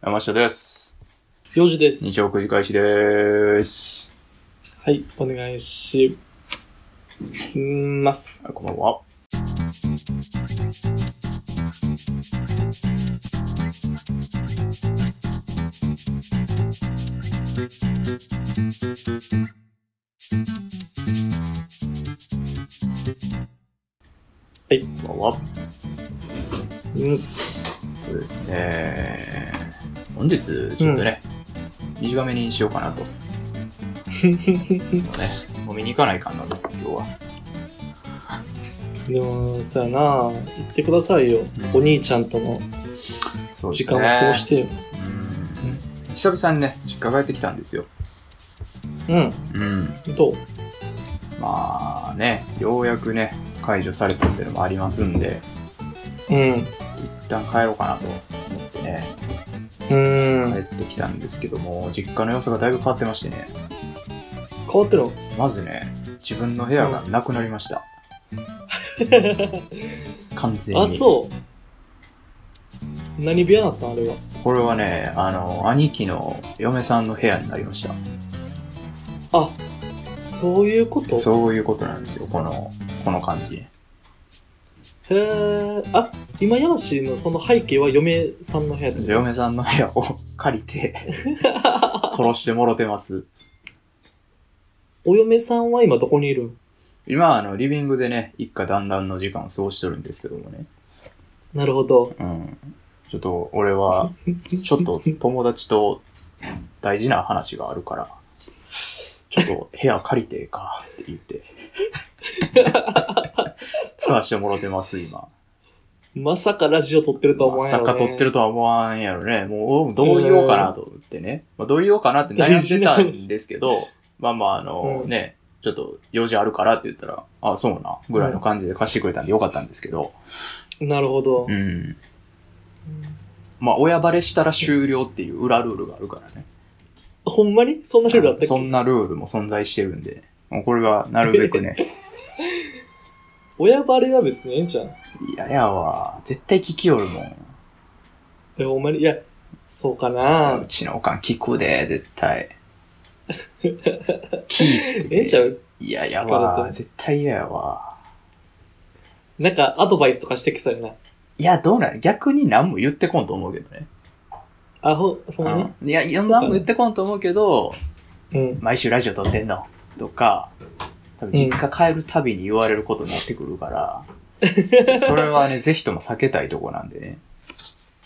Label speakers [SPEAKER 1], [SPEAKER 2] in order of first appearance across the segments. [SPEAKER 1] 山下です。
[SPEAKER 2] 4時です。
[SPEAKER 1] 日曜繰り返しです。
[SPEAKER 2] はい、お願いします。
[SPEAKER 1] あこんばんは。
[SPEAKER 2] はい
[SPEAKER 1] こんばんは。
[SPEAKER 2] うん、
[SPEAKER 1] そうですね。本日、ちょっとね、短めにしようかなと。ね、飲みに行かないかなと、今日は。
[SPEAKER 2] でも、さやな、行ってくださいよ。お兄ちゃんとの
[SPEAKER 1] そうです
[SPEAKER 2] 時
[SPEAKER 1] ね。
[SPEAKER 2] 間を過ごしてよ。
[SPEAKER 1] うん久々にね、実家帰ってきたんですよ。うん。
[SPEAKER 2] うん、どう
[SPEAKER 1] まあね、ようやくね、解除されたっていうのもありますんで、
[SPEAKER 2] うん。
[SPEAKER 1] 一旦帰ろうかなと思ってね、
[SPEAKER 2] うん。
[SPEAKER 1] 帰ってきたんですけども、実家の様子がだいぶ変わってましてね、
[SPEAKER 2] 変わってるの
[SPEAKER 1] まずね、自分の部屋がなくなりま した。完全に。
[SPEAKER 2] あ、そう。何部屋だったのあれは。
[SPEAKER 1] これはね、あの、兄貴の嫁さんの部屋になりました。
[SPEAKER 2] あ、そういうこと
[SPEAKER 1] そういうことなんですよ、この、この感じ。
[SPEAKER 2] へえ。あ、今、山氏のその背景は嫁さんの部屋だ
[SPEAKER 1] 嫁さんの部屋を借りて、殺してもろてます。
[SPEAKER 2] お嫁さんは今どこにいる
[SPEAKER 1] 今、あの、リビングでね、一家団らんの時間を過ごしてるんですけどもね。
[SPEAKER 2] なるほど。
[SPEAKER 1] うん。ちょっと、俺は、ちょっと友達と大事な話があるから、ちょっと部屋借りてえかって言って。使わしてもろてます、今。
[SPEAKER 2] まさかラジオ撮ってるとは思
[SPEAKER 1] ま
[SPEAKER 2] わな
[SPEAKER 1] さ
[SPEAKER 2] い、ね。
[SPEAKER 1] か撮ってるとは思わんやろね。もう、どう言おうかなと思ってね。まあ、どう言おうかなって悩んでたんですけ ど、まあまあ、あの、
[SPEAKER 2] うん
[SPEAKER 1] ね、ちょっと用事あるからって言ったら、あ、そうな、ぐらいの感じで貸してくれたんでよかったんですけど、
[SPEAKER 2] なるほど。
[SPEAKER 1] うん。まあ、親バレしたら終了っていう裏ルールがあるからね。
[SPEAKER 2] ほんまにそんなルールあったっけ
[SPEAKER 1] そんなルールも存在してるんで、もうこれはなるべく ね、
[SPEAKER 2] 親バレは別にええんちゃう
[SPEAKER 1] いややわ、絶対聞きよるもん。
[SPEAKER 2] え、ほんまにいや、そうかな
[SPEAKER 1] うちのおかん聞くで、絶 対。聞いて。
[SPEAKER 2] ええんちゃう
[SPEAKER 1] いやや
[SPEAKER 2] 聞かれ
[SPEAKER 1] わ、
[SPEAKER 2] て
[SPEAKER 1] 絶対嫌やわ。
[SPEAKER 2] なんかアドバイスとかしてきそうやな。
[SPEAKER 1] いや、どうなん逆に何も言ってこんと思うけどね。
[SPEAKER 2] あほ、そのね。
[SPEAKER 1] うんいや、いや
[SPEAKER 2] そうか
[SPEAKER 1] 何も言ってこんと思うけど、
[SPEAKER 2] うん。
[SPEAKER 1] 毎週ラジオ撮ってんのとか、多分実家帰るたびに言われることになってくる から、それはね、ぜひとも避けたいとこなんでね。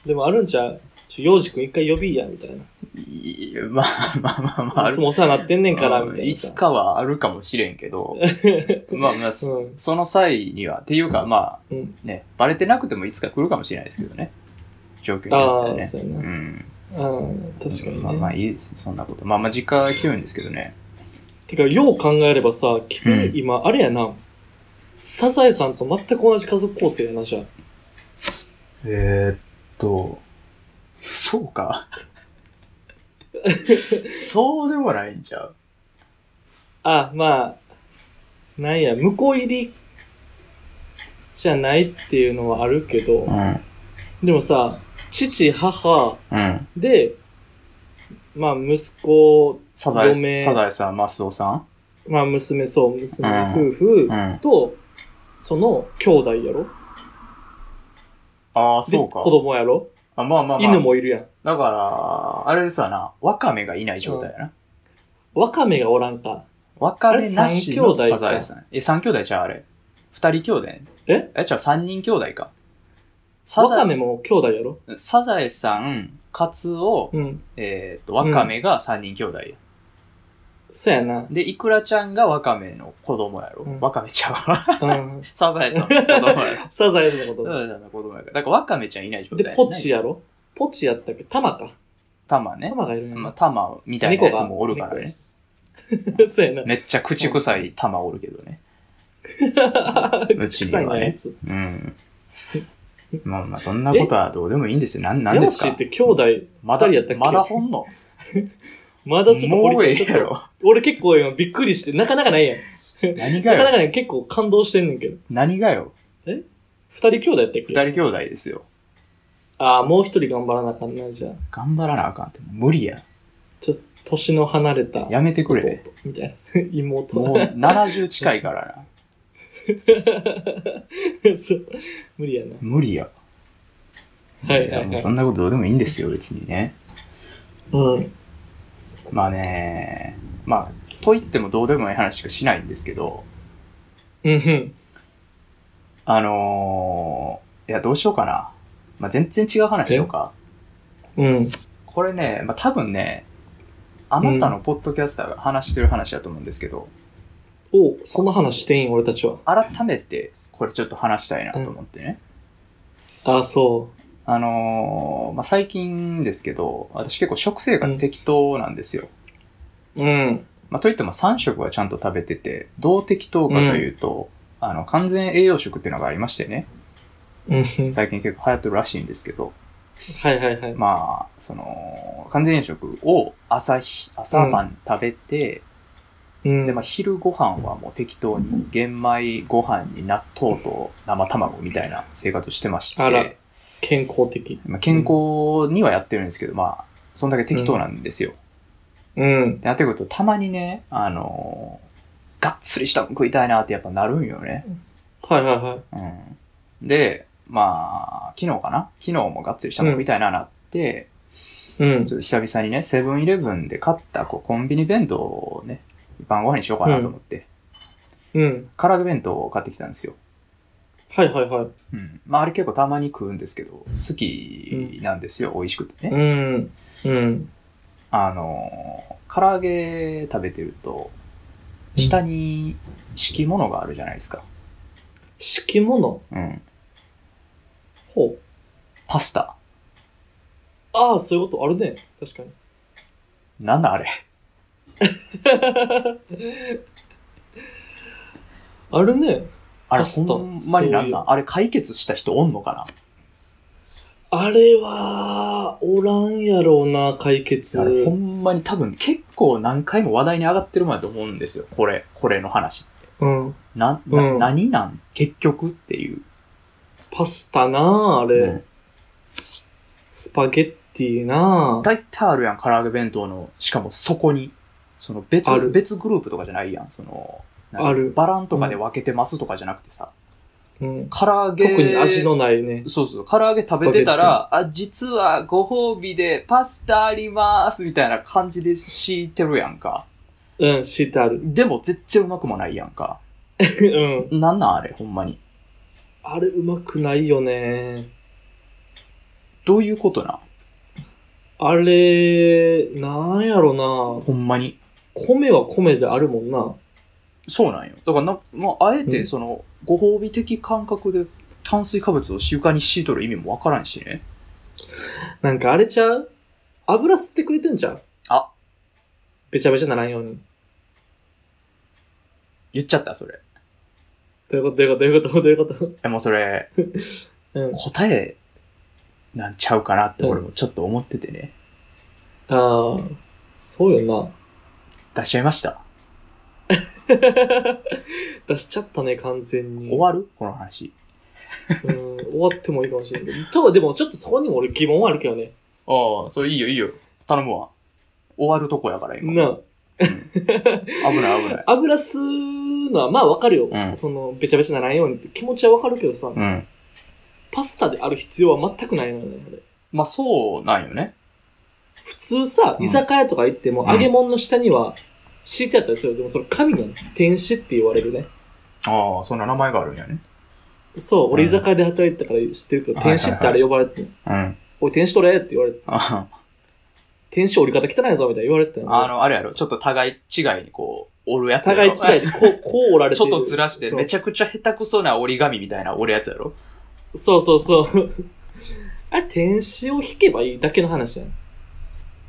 [SPEAKER 2] でもあるんちゃうちょ、ヨウジ君一回呼びや、みたいな。
[SPEAKER 1] いいまあまあまあまあ、あ
[SPEAKER 2] い
[SPEAKER 1] る
[SPEAKER 2] つもお世話になってんねんから、みたいなさ。
[SPEAKER 1] いつかはあるかもしれんけ ど、まあまあ、そ
[SPEAKER 2] うん
[SPEAKER 1] その際には、っていうかまあ
[SPEAKER 2] うん。
[SPEAKER 1] ね、バレてなくてもいつか来るかもしれないですけどね。状況によって
[SPEAKER 2] あ
[SPEAKER 1] は
[SPEAKER 2] あ、
[SPEAKER 1] ね。
[SPEAKER 2] そうや
[SPEAKER 1] う
[SPEAKER 2] な。
[SPEAKER 1] ん。
[SPEAKER 2] うん、確かにね。
[SPEAKER 1] まあまあいいです、そんなこと。まあまあ実家来るんですけどね。
[SPEAKER 2] てか、よう考えればさ、君
[SPEAKER 1] うん
[SPEAKER 2] 今、あれやな。サザエさんと全く同じ家族構成やな、じゃあ
[SPEAKER 1] えー、っと、そう か。そうでもないんちゃう
[SPEAKER 2] あ、まあ、なんや、向こう入りじゃないっていうのはあるけど
[SPEAKER 1] う、ん。
[SPEAKER 2] でもさ、父、母
[SPEAKER 1] うん。
[SPEAKER 2] で、まあ息子、
[SPEAKER 1] サザエ、
[SPEAKER 2] 嫁
[SPEAKER 1] サザエさん、マスオさ
[SPEAKER 2] まあ娘、そう、娘、
[SPEAKER 1] うん
[SPEAKER 2] 夫婦
[SPEAKER 1] んうん。
[SPEAKER 2] と、その兄弟やろ
[SPEAKER 1] ああ、
[SPEAKER 2] で、
[SPEAKER 1] そう
[SPEAKER 2] 子
[SPEAKER 1] か。
[SPEAKER 2] 供やろ
[SPEAKER 1] あまあまあまあ。
[SPEAKER 2] 犬もいるやん。
[SPEAKER 1] だから、あれですわな、ワカメがいない状態やな。
[SPEAKER 2] ワカメがおらんか。
[SPEAKER 1] ワカメなしのサザエさん。え、三兄弟じゃうあれ。二人兄弟
[SPEAKER 2] え
[SPEAKER 1] え、じゃあ三人兄弟か。サ
[SPEAKER 2] ワカ
[SPEAKER 1] ザ
[SPEAKER 2] メも兄弟やろ
[SPEAKER 1] エ、サザエさん、カツオ、
[SPEAKER 2] うん。
[SPEAKER 1] えっ、と、ワカメが三人兄弟や、。
[SPEAKER 2] そうやな
[SPEAKER 1] で、イクラちゃんがワカメの子供やろ。
[SPEAKER 2] うん
[SPEAKER 1] ワカメちゃう わ。
[SPEAKER 2] うん。
[SPEAKER 1] サザエさんの子供 やろ。
[SPEAKER 2] サザエさんのこ
[SPEAKER 1] サ
[SPEAKER 2] と。
[SPEAKER 1] ザエさんの子供やから。だからワカメちゃんいない状態、
[SPEAKER 2] で、ポチ。やろポチやったっけタマか。
[SPEAKER 1] タマね
[SPEAKER 2] タ。マがいるやん。
[SPEAKER 1] まあ、タマみたいなやつもおるからね。
[SPEAKER 2] 猫が。 そうやな。
[SPEAKER 1] めっちゃ口臭いタマおるけどね。うちに
[SPEAKER 2] 臭い
[SPEAKER 1] は
[SPEAKER 2] な
[SPEAKER 1] ね
[SPEAKER 2] や。つ。
[SPEAKER 1] うん。まあまあ、そんなことはどうでもいいんですよ。なん、なんです
[SPEAKER 2] ヤマシー
[SPEAKER 1] か
[SPEAKER 2] って兄弟
[SPEAKER 1] ま
[SPEAKER 2] 二
[SPEAKER 1] だ
[SPEAKER 2] 人やったっけ、
[SPEAKER 1] まだほんの。
[SPEAKER 2] まだちょっと掘り
[SPEAKER 1] もうえ
[SPEAKER 2] ち
[SPEAKER 1] え
[SPEAKER 2] ょっと
[SPEAKER 1] やろ。
[SPEAKER 2] 俺結構今びっくりして、なかなかないやん。
[SPEAKER 1] 何が
[SPEAKER 2] なかな
[SPEAKER 1] よ。
[SPEAKER 2] かね、結構感動してんねんけど。
[SPEAKER 1] 何がよ。
[SPEAKER 2] 二人兄弟やったっけ
[SPEAKER 1] 二人兄弟ですよ。
[SPEAKER 2] ああ、もう一人頑張らなあかんな、じゃあ。
[SPEAKER 1] 頑張らなあかんって、無理や。
[SPEAKER 2] ちょっと、年の離れた弟
[SPEAKER 1] やめてくれ。
[SPEAKER 2] みたいな。 妹。
[SPEAKER 1] もう70近いからな。
[SPEAKER 2] そう無理やな。
[SPEAKER 1] 無理や。
[SPEAKER 2] はいはい
[SPEAKER 1] や、
[SPEAKER 2] い
[SPEAKER 1] もう
[SPEAKER 2] はい
[SPEAKER 1] そ。んなことどうでもいいんですよ、別にね。
[SPEAKER 2] うん。
[SPEAKER 1] まあね、まあ、と言ってもどうでもいい話しかしないんですけど、
[SPEAKER 2] うんうん。
[SPEAKER 1] あのー、いや、どうしようかな。まあ、全然違う話しようか。
[SPEAKER 2] うん。
[SPEAKER 1] これね、まあ、多分ね、あなたのポッドキャスターが話してる話だと思うんですけど、
[SPEAKER 2] おそんな話していいん、俺たちは。
[SPEAKER 1] 改めてこれちょっと話したいなと思ってね。
[SPEAKER 2] ああ、そ
[SPEAKER 1] あのーまあ、最近ですけど、私結構食生活適当なんですよ。
[SPEAKER 2] う。うん。
[SPEAKER 1] まあ、といっても3食はちゃんと食べてて、どう適当かというと、あの、完全栄養食っていうのがありましてね、
[SPEAKER 2] うんうん。
[SPEAKER 1] 最近結構流行ってるらしいんですけど、
[SPEAKER 2] はいはいはい。
[SPEAKER 1] まあ、その、完全栄養食を朝日、朝晩食べて、
[SPEAKER 2] うん。
[SPEAKER 1] で、まあ、昼ご飯はもう適当に、玄米ご飯に納豆と生卵みたいな生活をしてまし
[SPEAKER 2] あら
[SPEAKER 1] て、
[SPEAKER 2] 健康的。
[SPEAKER 1] まあ、健康にはやってるんですけど、まあ、そんだけ適当なんですよ。
[SPEAKER 2] うん。
[SPEAKER 1] でなってくると、たまにね、あのーがっつりしたの食いたいなってやっぱなるんよね。
[SPEAKER 2] はいはいはい。
[SPEAKER 1] うん。で、まあ、昨日かな昨日もがっつりしたの食いたいななって、
[SPEAKER 2] うん
[SPEAKER 1] ち。ょっと久々にね、セブンイレブンで買ったこうコンビニ弁当をね、晩ご飯にしようかなと思って、
[SPEAKER 2] うん。
[SPEAKER 1] 唐揚げ弁当を買ってきたんですよ。
[SPEAKER 2] はいはいはい。
[SPEAKER 1] うん。まあ、あれ結構たまに食うんですけど、好きなんですよ、美味しくてね。
[SPEAKER 2] うん。うん。
[SPEAKER 1] あのー、唐揚げ食べてると、下に敷物があるじゃないですか。
[SPEAKER 2] 敷物
[SPEAKER 1] うん。
[SPEAKER 2] ほう。
[SPEAKER 1] パスタ。
[SPEAKER 2] ああ、そういうことあるね。確かに。
[SPEAKER 1] なんだあれ。
[SPEAKER 2] あるね。
[SPEAKER 1] あれ
[SPEAKER 2] パス
[SPEAKER 1] ほ
[SPEAKER 2] タ
[SPEAKER 1] んまになん
[SPEAKER 2] そうい
[SPEAKER 1] だあれ解決した人おんのか
[SPEAKER 2] あれは、おらんやろうな、解決。
[SPEAKER 1] なあれほ
[SPEAKER 2] うん
[SPEAKER 1] まに多分結構何回も話題に上がってるもんやと思うんですよ。これ、これの話。
[SPEAKER 2] ん。
[SPEAKER 1] な、な、
[SPEAKER 2] うん
[SPEAKER 1] 何なん結局っていう。
[SPEAKER 2] パスタな、あれ。
[SPEAKER 1] うん
[SPEAKER 2] スパゲッティな。
[SPEAKER 1] 大体あるやん、唐揚げ弁当の、しかもそこに、その別
[SPEAKER 2] あ、る
[SPEAKER 1] 別グループとかじゃないやん。その、なんか
[SPEAKER 2] ある
[SPEAKER 1] バランとかで分けてますとかじゃなくてさ、
[SPEAKER 2] うん。
[SPEAKER 1] 唐揚げ。
[SPEAKER 2] 特に味のないね。
[SPEAKER 1] そうそう、唐揚げ食べてたら、あ、実はご褒美でパスタありますみたいな感じで敷いてるやんか。
[SPEAKER 2] うん、敷いてある。
[SPEAKER 1] でも絶対うまくもないやんか。
[SPEAKER 2] うん。
[SPEAKER 1] なんなんあれ、ほんまに。
[SPEAKER 2] あれ、うまくないよね。
[SPEAKER 1] どういうことな
[SPEAKER 2] あれ、なんやろな。
[SPEAKER 1] ほんまに。
[SPEAKER 2] 米は米であるもんな。
[SPEAKER 1] そうなんよ。だからな、まあ、あえ
[SPEAKER 2] う
[SPEAKER 1] て
[SPEAKER 2] ん
[SPEAKER 1] その、ご褒美的感覚で炭水化物を習慣に敷いとる意味もわからんしね。
[SPEAKER 2] なんかあれちゃう油吸ってくれてんじゃん
[SPEAKER 1] あ。
[SPEAKER 2] べちゃべちゃならんように。
[SPEAKER 1] 言っちゃった、それ。
[SPEAKER 2] どういうことどういうことどういうことどういうこ
[SPEAKER 1] え、もうそれ、
[SPEAKER 2] と うん。
[SPEAKER 1] 答えなんちゃうかなって俺もちょっと思っててね。
[SPEAKER 2] ああ、そうよ
[SPEAKER 1] 出しちゃいました。
[SPEAKER 2] な。出しちゃったね、完全に。
[SPEAKER 1] 終わるこの話。
[SPEAKER 2] うん終わってもいいかもしれないけど。とはでも、ちょっとそこにも俺疑問はあるけどね。
[SPEAKER 1] ああ、それいいよ、いいよ。頼むわ。終わるとこやから、今。
[SPEAKER 2] な
[SPEAKER 1] 危ない、危ない。
[SPEAKER 2] あ、油吸うのはまあわかるよ。
[SPEAKER 1] うん
[SPEAKER 2] その、べちゃべちゃならんようにって気持ちはわかるけどさ、
[SPEAKER 1] うん。
[SPEAKER 2] パスタである必要は全くないのよね、あれ。
[SPEAKER 1] まあ、そうなんよね。
[SPEAKER 2] 普通さ、
[SPEAKER 1] うん
[SPEAKER 2] 居酒屋とか行っても、
[SPEAKER 1] うん
[SPEAKER 2] 揚げ物の下には敷いてあったりするよ。でもそれ神の天使って言われるね。
[SPEAKER 1] ああ、そんな名前があるんやね。
[SPEAKER 2] そう、
[SPEAKER 1] う
[SPEAKER 2] 俺
[SPEAKER 1] ん
[SPEAKER 2] 居酒屋で働いてたから知ってるけど、
[SPEAKER 1] はいはいはい
[SPEAKER 2] 天使ってあれ呼ばれて、
[SPEAKER 1] うん。
[SPEAKER 2] おい、天使取れって言われて、
[SPEAKER 1] あ
[SPEAKER 2] 天使折り方汚いぞみたいな言われてたよ。
[SPEAKER 1] の、あれやろ、ちょっと互い違いにこう、折るやつや
[SPEAKER 2] 互い
[SPEAKER 1] ろ。
[SPEAKER 2] 違いでこう、こう折られ
[SPEAKER 1] ち
[SPEAKER 2] て
[SPEAKER 1] ょっ
[SPEAKER 2] る。
[SPEAKER 1] とずらして、
[SPEAKER 2] そう
[SPEAKER 1] めちゃくちゃ下手くそな折り紙みたいな折るやつやろ。
[SPEAKER 2] そうそうそう。 あれ、天使を引けばいいだけの話やん。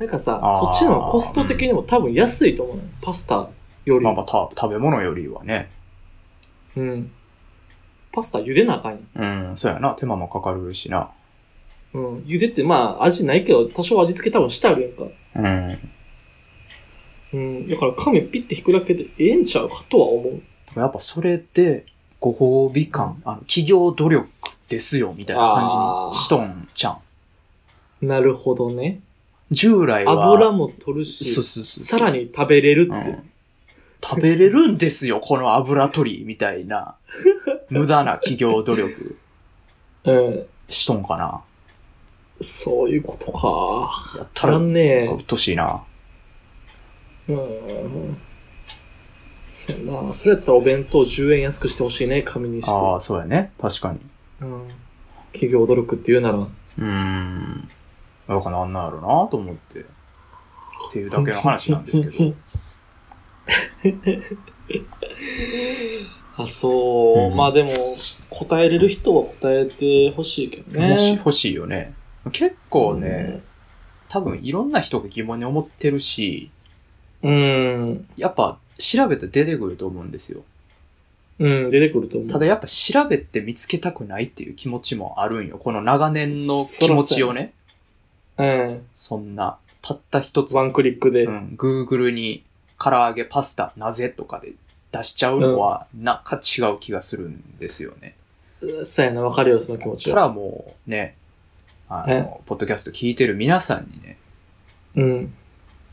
[SPEAKER 2] なんかさ
[SPEAKER 1] あ、ー
[SPEAKER 2] そっちの方がコスト的にも多分安いと思うのよ。パスタより。
[SPEAKER 1] まあまあ、た食べ物よりはね。
[SPEAKER 2] うん。パスタ茹でなあかんやん。
[SPEAKER 1] うん、そうやな。手間もかかるしな。
[SPEAKER 2] うん。茹でて、まあ、味ないけど、多少味付け多分してあるやんか。
[SPEAKER 1] うん。
[SPEAKER 2] うん。だから、亀ピッて引くだけでええんちゃうかとは思う。
[SPEAKER 1] やっぱそれで、ご褒美感、あの、企業努力ですよ、みたいな感じにしとんちゃん。
[SPEAKER 2] なるほどね。
[SPEAKER 1] 従来は、
[SPEAKER 2] 油も取る
[SPEAKER 1] そう
[SPEAKER 2] し、
[SPEAKER 1] そうそう。
[SPEAKER 2] さらに食べれる
[SPEAKER 1] う
[SPEAKER 2] って。
[SPEAKER 1] ん食べれるんですよ、この油取り、みたい な。無駄な企業努力
[SPEAKER 2] うん。
[SPEAKER 1] しとんかな。
[SPEAKER 2] そういうことか。
[SPEAKER 1] やった
[SPEAKER 2] 足ら
[SPEAKER 1] ら、
[SPEAKER 2] んね
[SPEAKER 1] うっとしい な。
[SPEAKER 2] え。うん。そやな。それやったらお弁当10円安くしてほしいね、紙にして。
[SPEAKER 1] ああ、そうやね。確かに。
[SPEAKER 2] うん。企業努力って言うなら。
[SPEAKER 1] うーん。なんかなんなんやろなと思って。っていうだけの話なんです けど。
[SPEAKER 2] あ、そ
[SPEAKER 1] う
[SPEAKER 2] う。
[SPEAKER 1] ん
[SPEAKER 2] まあでも、答えれる人は答えてほしいけどね。
[SPEAKER 1] 欲しい、欲しいよね。結構ね、多分いろんな人が疑問に思ってるし、
[SPEAKER 2] うん。
[SPEAKER 1] やっぱ調べて出てくると思うんですよ。
[SPEAKER 2] うん、出てくると思う。
[SPEAKER 1] ただやっぱ調べて見つけたくないっていう気持ちもあるんよ。この長年の気持ちをね、
[SPEAKER 2] うん。
[SPEAKER 1] そんな、たった一つ、
[SPEAKER 2] ワンクリックで。
[SPEAKER 1] うん、Google に唐揚げパスタなぜとかで出しちゃうのは、なんか違う気がするんですよね。
[SPEAKER 2] そうやな、わかるよ、その気持ち
[SPEAKER 1] た
[SPEAKER 2] は。
[SPEAKER 1] らもうね、あの、ポッドキャスト聞いてる皆さんにね、
[SPEAKER 2] うん。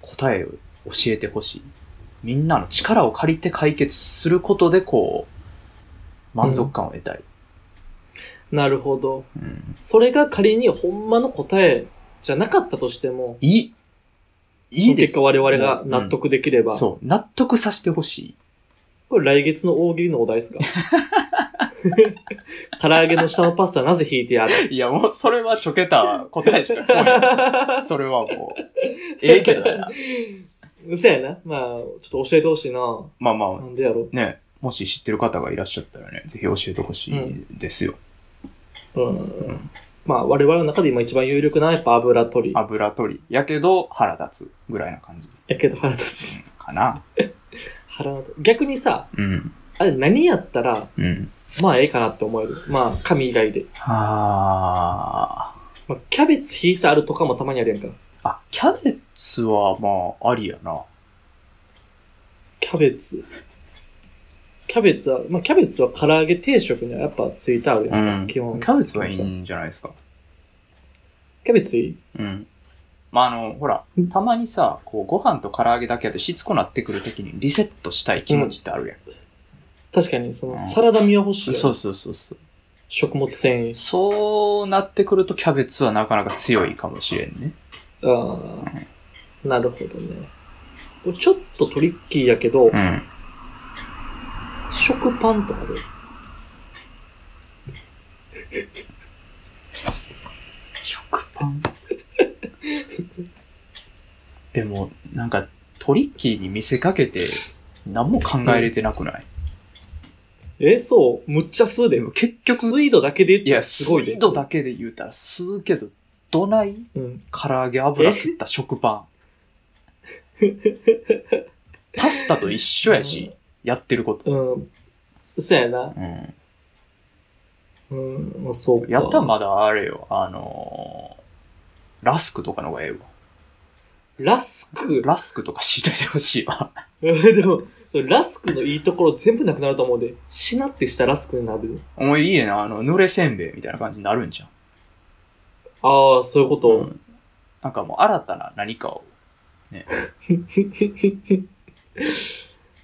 [SPEAKER 1] 答えを教えてほしい。みんなの力を借りて解決することで、こう、満足感を得たい。
[SPEAKER 2] なるほど。
[SPEAKER 1] うん
[SPEAKER 2] それが仮にほんまの答えじゃなかったとしても、
[SPEAKER 1] いいいいです
[SPEAKER 2] その結果我々が納
[SPEAKER 1] うん
[SPEAKER 2] 得できれば、
[SPEAKER 1] そう、納得させてほしい。
[SPEAKER 2] これ来月の大喜利のお 題ですか唐揚げの下のパスタなぜ引いてやる
[SPEAKER 1] いや、もうそれはちょけた答えしか来ない。それはもう、ええけどな。
[SPEAKER 2] 嘘やな。まあ、ちょっと教えてほしいな。
[SPEAKER 1] まあまあ、
[SPEAKER 2] なんでやろ
[SPEAKER 1] ね、もし知ってる方がいらっしゃったらね、ぜひ教えてほしいですよ。
[SPEAKER 2] う。うん。まあ、我々の中で今一番有力なやっぱ油取り。
[SPEAKER 1] 油取り。やけど腹立つぐらいな感じ
[SPEAKER 2] やけど腹立つ。
[SPEAKER 1] かな。
[SPEAKER 2] 腹立つ。逆にさ、
[SPEAKER 1] うん。
[SPEAKER 2] あれ何やったら、
[SPEAKER 1] うん。
[SPEAKER 2] まあええかなって思える。まあ、紙以外で。
[SPEAKER 1] は
[SPEAKER 2] まあ、キャベツ引いてあるとかもたまにあるやんか。
[SPEAKER 1] あ。あ、キャベツはまあ、ありやな。
[SPEAKER 2] キャベツ。キャベツは、まあ、キャベツは唐揚げ定食にはやっぱついてあるやん。
[SPEAKER 1] うん。
[SPEAKER 2] 基本
[SPEAKER 1] キャベツはいいんじゃないですか。
[SPEAKER 2] キャベツいい
[SPEAKER 1] うん。まあ、あの、ほら
[SPEAKER 2] うん、
[SPEAKER 1] たまにさ、こう、ご飯と唐揚げだけやとしつこなってくるときにリセットしたい気持ちってあるやん。
[SPEAKER 2] 確かに、そ
[SPEAKER 1] うん
[SPEAKER 2] の、サラダ味は欲しいやん。
[SPEAKER 1] そうそうそうそう。
[SPEAKER 2] 食物繊維。
[SPEAKER 1] そうなってくるとキャベツはなかなか強いかもしれんね。
[SPEAKER 2] ああ、なるほどね。ちょっとトリッキーやけど、
[SPEAKER 1] うん。
[SPEAKER 2] 食パンとかで。
[SPEAKER 1] 食パン でも、なんか、トリッキーに見せかけて、何も考えれてなくない、
[SPEAKER 2] え、そうむっちゃ吸うで
[SPEAKER 1] で。も結局、
[SPEAKER 2] スイートだけで
[SPEAKER 1] いや、
[SPEAKER 2] す
[SPEAKER 1] す
[SPEAKER 2] ご
[SPEAKER 1] ご
[SPEAKER 2] い
[SPEAKER 1] い
[SPEAKER 2] ね
[SPEAKER 1] 度だけで言うたら、吸うけど、どない
[SPEAKER 2] うん。
[SPEAKER 1] 唐揚げ油吸った食パン。パスタと一緒やし、やってること。
[SPEAKER 2] うん。そうやな。
[SPEAKER 1] うん。
[SPEAKER 2] うん、まあ、そうか。
[SPEAKER 1] やったらまだあれよ、あのーラスクとかの方がええわ。
[SPEAKER 2] ラスク。
[SPEAKER 1] ラスクとか知りといてほしいわ。
[SPEAKER 2] でも、それラスクのいいところ全部なくなると思うで、しなってしたラスクになる。
[SPEAKER 1] お前いいえな、あの、濡れせんべいみたいな感じになるんじゃん。
[SPEAKER 2] ああ、そういうこと。
[SPEAKER 1] うんなんかもう新たな何かを、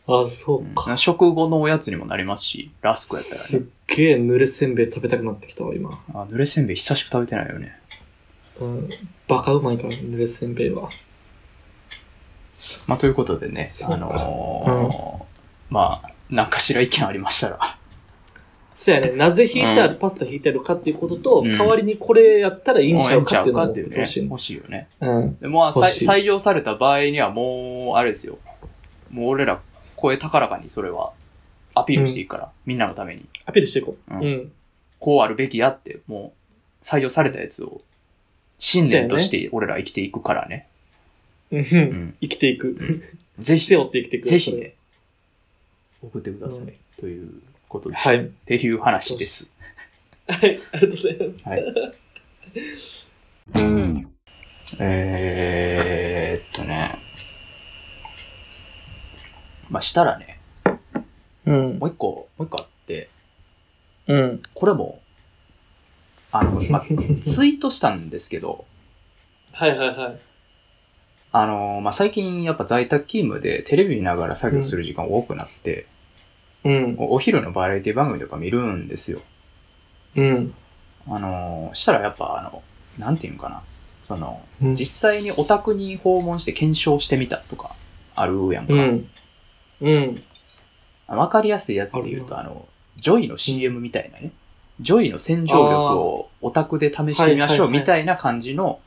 [SPEAKER 2] ああ、そう
[SPEAKER 1] うん
[SPEAKER 2] か。
[SPEAKER 1] 食後のおやつにもなりますし、ラスクやった
[SPEAKER 2] すっげえ濡れせんべい食べたくなってきたわ、今。
[SPEAKER 1] らね。あ、濡れせんべい久しく食べてないよね。
[SPEAKER 2] うん。バカうまいから、濡れせんべいは。
[SPEAKER 1] まあ、ということでね、
[SPEAKER 2] そう
[SPEAKER 1] あのーまあ、何かしら意見ありましたら。
[SPEAKER 2] そうやね。なぜ引いてある、パスタ引いてあるかっていうことと、
[SPEAKER 1] うん
[SPEAKER 2] 代わりにこれやったらいいんちゃ
[SPEAKER 1] もう
[SPEAKER 2] うかっていうの
[SPEAKER 1] いいんちゃう
[SPEAKER 2] を
[SPEAKER 1] かっていう
[SPEAKER 2] 言ってほしい
[SPEAKER 1] ね。
[SPEAKER 2] ね
[SPEAKER 1] 欲しいよね。
[SPEAKER 2] うん。
[SPEAKER 1] でも、まあ、
[SPEAKER 2] 欲しい
[SPEAKER 1] さい採用された場合にはもう、あれですよ。もう俺ら、声高らかにそれは、アピールしていくから、みんなのために。
[SPEAKER 2] アピールしていこう。う。
[SPEAKER 1] うんんこうあるべきやって、もう、採用されたやつを、信念として俺ら生きていくからね。
[SPEAKER 2] うん
[SPEAKER 1] ん
[SPEAKER 2] 生きていく。
[SPEAKER 1] ぜひ
[SPEAKER 2] 背負って生きていく。
[SPEAKER 1] ぜひ
[SPEAKER 2] それ
[SPEAKER 1] ね、送ってください。
[SPEAKER 2] うん
[SPEAKER 1] ということです。
[SPEAKER 2] はい
[SPEAKER 1] っていう話です。
[SPEAKER 2] はい。ありがとうございます。
[SPEAKER 1] はい。えーっとね。まあ、したらね、
[SPEAKER 2] うん
[SPEAKER 1] も。う一個、もう一個あって、
[SPEAKER 2] うん。
[SPEAKER 1] これも、あの、まあ、ツイートしたんですけど、
[SPEAKER 2] はいはいはい。
[SPEAKER 1] あのーまあ、最近やっぱ在宅勤務でテレビ見ながら作業する時間多くなって、
[SPEAKER 2] うん。
[SPEAKER 1] おお昼のバラエティ番組とか見るんですよ。
[SPEAKER 2] うん。
[SPEAKER 1] あのーしたらやっぱあの、なんていうんかな。その、
[SPEAKER 2] うん
[SPEAKER 1] 実際にお宅に訪問して検証してみたとか、あるやんか。
[SPEAKER 2] うん。うん。
[SPEAKER 1] わかりやすいやつで言うと、あの、ジョイの CM みたいなね。ジョイの洗浄力をオタクで試してみましょう
[SPEAKER 2] はいはいはい
[SPEAKER 1] みたいな感じの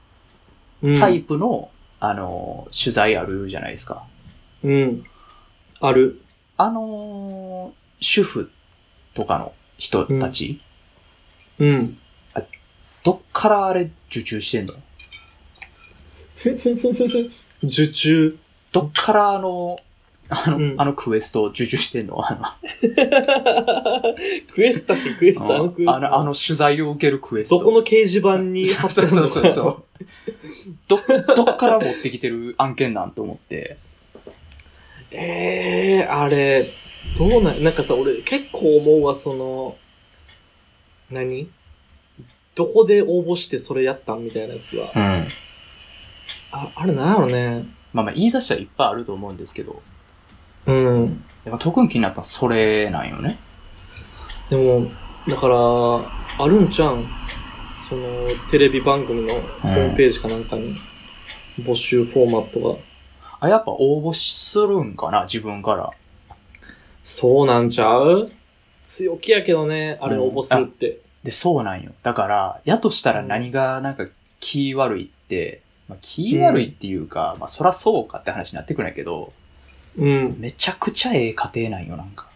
[SPEAKER 2] うん。
[SPEAKER 1] タイプの、あの、取材あるじゃないですか。
[SPEAKER 2] うん。ある。
[SPEAKER 1] あの、主婦とかの人たち、
[SPEAKER 2] うん。
[SPEAKER 1] どっからあれ受注してんの
[SPEAKER 2] 受注。
[SPEAKER 1] どっからあの、あの、
[SPEAKER 2] うん
[SPEAKER 1] あのクエストを受注してんのあの
[SPEAKER 2] クエスト、確かにクエスト、あのクエスト。
[SPEAKER 1] あの、あの取材を受けるクエスト。
[SPEAKER 2] どこの掲示板に貼ってあるの
[SPEAKER 1] そう
[SPEAKER 2] か
[SPEAKER 1] そうそうそう。ど、どっから持ってきてる案件なんと思って。
[SPEAKER 2] ええあれ、どうなん、なんかさ、俺結構思うわ、その、何どこで応募してそれやったんみたいなやつは。
[SPEAKER 1] うん。
[SPEAKER 2] あ、あれなんやろね。
[SPEAKER 1] まあまあ言い出したらいっぱいあると思うんですけど、
[SPEAKER 2] うん。
[SPEAKER 1] やっぱ特に気になったのはそれなんよね。
[SPEAKER 2] でも、だから、あるんちゃうんその、テレビ番組のホームページかなんかに、募集フォーマットが。
[SPEAKER 1] あ、やっぱ応募するんかな自分から。
[SPEAKER 2] そうなんちゃう強気やけどね、あれ
[SPEAKER 1] うん
[SPEAKER 2] 応募するって。
[SPEAKER 1] で、そうなんよ。だから、やとしたら何がなんか気悪いって、まあ、気悪いっていうか、まあそらそうかって話になってくるんやけど、
[SPEAKER 2] うん。
[SPEAKER 1] めちゃくちゃええ家庭なんよ、なんか。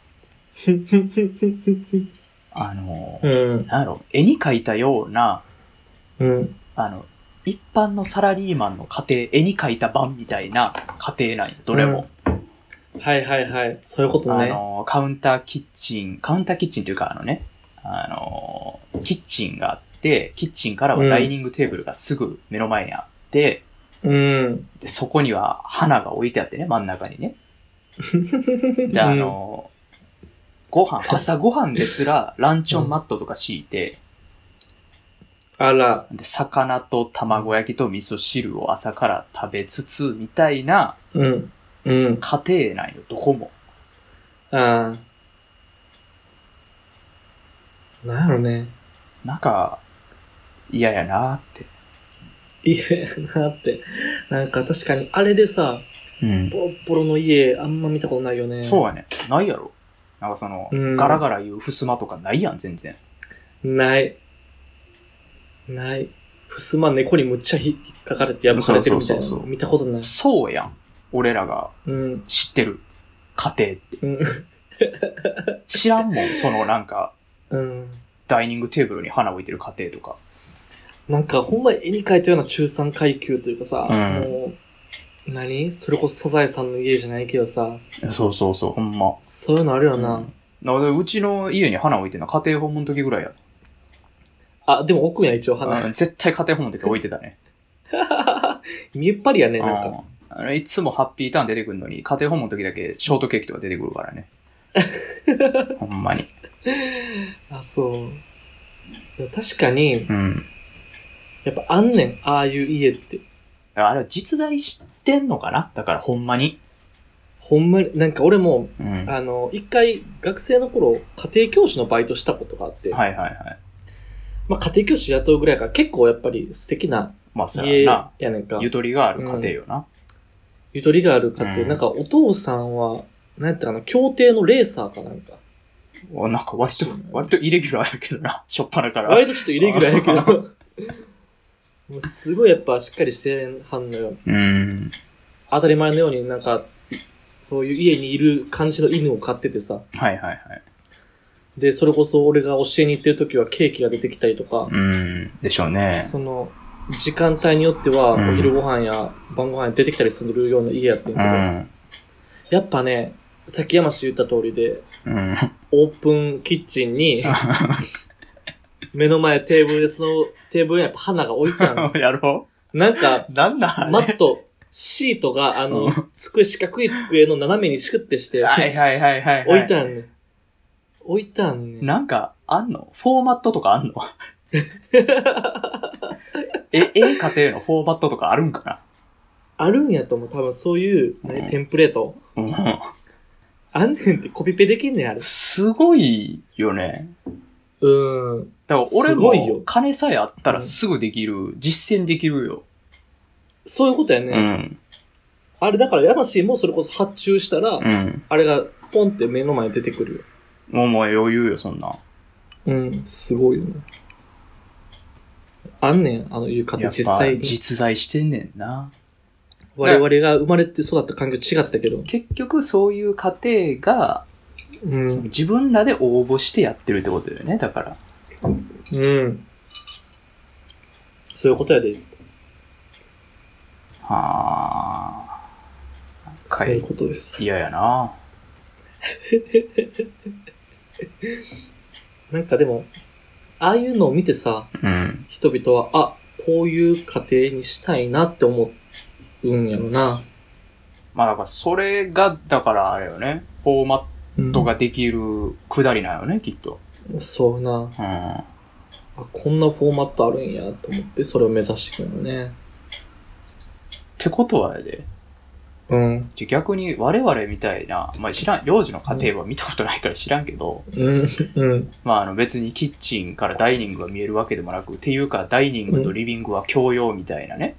[SPEAKER 1] あの、
[SPEAKER 2] うん。
[SPEAKER 1] なんやろ、絵に描いたような、
[SPEAKER 2] うん。
[SPEAKER 1] あの、一般のサラリーマンの家庭、絵に描いた版みたいな家庭なんよ、どれも。
[SPEAKER 2] はいはいはい。そういうこと
[SPEAKER 1] あ
[SPEAKER 2] ね。
[SPEAKER 1] の、カウンターキッチン、カウンターキッチンというか、あのね、あの、キッチンがあって、キッチンからはダイニングテーブルがすぐ目の前にあって、
[SPEAKER 2] うん。
[SPEAKER 1] で、そこには花が置いてあってね、真ん中にね。で、あの、ご飯、朝ご飯ですら、ランチョンマットとか敷いて、
[SPEAKER 2] あら、
[SPEAKER 1] で、魚と卵焼きと味噌汁を朝から食べつつ、みたいな
[SPEAKER 2] うん。うん。
[SPEAKER 1] 家庭なんよ、どこも。
[SPEAKER 2] ああ。なんやろね。
[SPEAKER 1] なんか、嫌やなって。
[SPEAKER 2] 家やなって。なんか確かに、あれでさ、
[SPEAKER 1] うん。
[SPEAKER 2] ボロッボロの家、あんま見たことないよね。
[SPEAKER 1] そうやね。ないやろ。なんかその、
[SPEAKER 2] うん
[SPEAKER 1] ガラガラ言う襖とかないやん、全然。
[SPEAKER 2] う。ない。ない。ふすま猫にむっちゃ引っかかれて破かれてるみたいな
[SPEAKER 1] そうそうそうそう
[SPEAKER 2] 見たことない。
[SPEAKER 1] そうやん。俺らが
[SPEAKER 2] うん。
[SPEAKER 1] 知ってる家庭って。
[SPEAKER 2] うん。
[SPEAKER 1] 知らんもん、 そのなんか、
[SPEAKER 2] うん。
[SPEAKER 1] ダイニングテーブルに花置いてる家庭とか。
[SPEAKER 2] なんかほんま絵に描いたような中産階級というかさ、
[SPEAKER 1] うん
[SPEAKER 2] もう、何それこそサザエさんの家じゃないけどさ、
[SPEAKER 1] そうそうそう、ほんま。
[SPEAKER 2] そういうのあるよな。
[SPEAKER 1] うんだからうちの家に花置いてるのは家庭訪問の時ぐらいや。
[SPEAKER 2] あ、でも奥には一応
[SPEAKER 1] う
[SPEAKER 2] 花。
[SPEAKER 1] ん絶対家庭訪問の時置いてた ね。
[SPEAKER 2] 見えっぱりやね、
[SPEAKER 1] うん
[SPEAKER 2] なんか。
[SPEAKER 1] あのいつもハッピーターン出てくるのに、家庭訪問の時だけショートケーキとか出てくるから ね。ほんまに。
[SPEAKER 2] あ、そう。でも確かに、
[SPEAKER 1] うん。
[SPEAKER 2] やっぱあんねん、ああいう家って。
[SPEAKER 1] あれは実在してんのかなだからほんまに。
[SPEAKER 2] ほんまに、なんか俺も、
[SPEAKER 1] うん。はい
[SPEAKER 2] あの、一回学生の頃、家庭教師のバイトしたことがあって、
[SPEAKER 1] はいはい。
[SPEAKER 2] まあ家庭教師雇うぐらいから結構やっぱり素敵な
[SPEAKER 1] まあそう
[SPEAKER 2] 家
[SPEAKER 1] やな
[SPEAKER 2] や。ねんか。
[SPEAKER 1] ゆとりがある家庭よな。
[SPEAKER 2] ゆとりがある家庭、
[SPEAKER 1] うん
[SPEAKER 2] なんかお父さんは、なんやったかな、競艇のレーサーかなんか。
[SPEAKER 1] おなんか割と
[SPEAKER 2] そうね、
[SPEAKER 1] 割とイレギュラーやけどな。 しょっぱなから。
[SPEAKER 2] 割とちょっとイレギュラーやけど。 もうすごいやっぱしっかりしてはんのよ。
[SPEAKER 1] うん。
[SPEAKER 2] 当たり前のようになんか、そういう家にいる感じの犬を飼っててさ。
[SPEAKER 1] はいはいはい。
[SPEAKER 2] で、それこそ俺が教えに行ってる時はケーキが出てきたりとか、
[SPEAKER 1] うん。でしょうね。
[SPEAKER 2] その、時間帯によっては
[SPEAKER 1] うん
[SPEAKER 2] お昼ご飯や晩ご飯に出てきたりするような家やってん
[SPEAKER 1] う
[SPEAKER 2] けど、
[SPEAKER 1] ん。
[SPEAKER 2] やっぱね、さっき山氏言った通りで、
[SPEAKER 1] うん。
[SPEAKER 2] オープンキッチンに、目の前テーブルで、そのテーブルにやっぱ花が置いてあ るの。
[SPEAKER 1] やろ
[SPEAKER 2] なんか、
[SPEAKER 1] うなんだあ
[SPEAKER 2] マッ
[SPEAKER 1] れ
[SPEAKER 2] ト、シートが、あ
[SPEAKER 1] う
[SPEAKER 2] の、机、四角い机の斜めにシュッてして、
[SPEAKER 1] はいはいはいはい。
[SPEAKER 2] 置いてあるね。置いてあるね。
[SPEAKER 1] なんか、あんのフォーマットとかあんのえ、ええ家庭のフォーマットとかあるんか
[SPEAKER 2] あるんやと思う。多分そういう、何
[SPEAKER 1] うん
[SPEAKER 2] テンプレート。
[SPEAKER 1] なう
[SPEAKER 2] あんねんってコピペできんねん、あれ
[SPEAKER 1] ん。。すごいよね。
[SPEAKER 2] うん。
[SPEAKER 1] だから俺
[SPEAKER 2] すごいよ
[SPEAKER 1] も金さえあったらすぐできる、実践できるよ。
[SPEAKER 2] そういうことやね。
[SPEAKER 1] うん。
[SPEAKER 2] あれだから、ヤマシーもそれこそ発注したら、
[SPEAKER 1] うん。
[SPEAKER 2] あれがポンって目の前に出てくるよ。
[SPEAKER 1] もうもう余裕よ、そんな。
[SPEAKER 2] うん、すごいよね。あんねん、あのいう方、
[SPEAKER 1] やっ
[SPEAKER 2] 実
[SPEAKER 1] ぱ
[SPEAKER 2] 際に。
[SPEAKER 1] 実在してんねんな。
[SPEAKER 2] 我々が生まれて育った環境違ったけど。
[SPEAKER 1] 結局そういう家庭が、
[SPEAKER 2] う
[SPEAKER 1] その
[SPEAKER 2] ん。
[SPEAKER 1] 自分らで応募してやってるってことだよね、だから。
[SPEAKER 2] うん。そういうことやで。
[SPEAKER 1] はあ。
[SPEAKER 2] そういうことです。
[SPEAKER 1] 嫌やな。
[SPEAKER 2] なんかでも、ああいうのを見てさ、
[SPEAKER 1] うん。
[SPEAKER 2] 人々は、あ、こういう家庭にしたいなって思うんやろな。
[SPEAKER 1] まあだからそれが、だからあれよね、フォーマ
[SPEAKER 2] うん
[SPEAKER 1] ットができるくだりなよね、きっと。
[SPEAKER 2] そうな。
[SPEAKER 1] うん。
[SPEAKER 2] あ、こんなフォーマットあるんやと思って、それを目指してくるのね。
[SPEAKER 1] ってことはやで、
[SPEAKER 2] うん。
[SPEAKER 1] じゃあ逆に我々みたいな、まあ知らん、幼児の家庭は見たことないから知らんけど、
[SPEAKER 2] うん。うん。
[SPEAKER 1] まああの別にキッチンからダイニングが見えるわけでもなく、っていうかダイニングとリビングは共用みたいなね。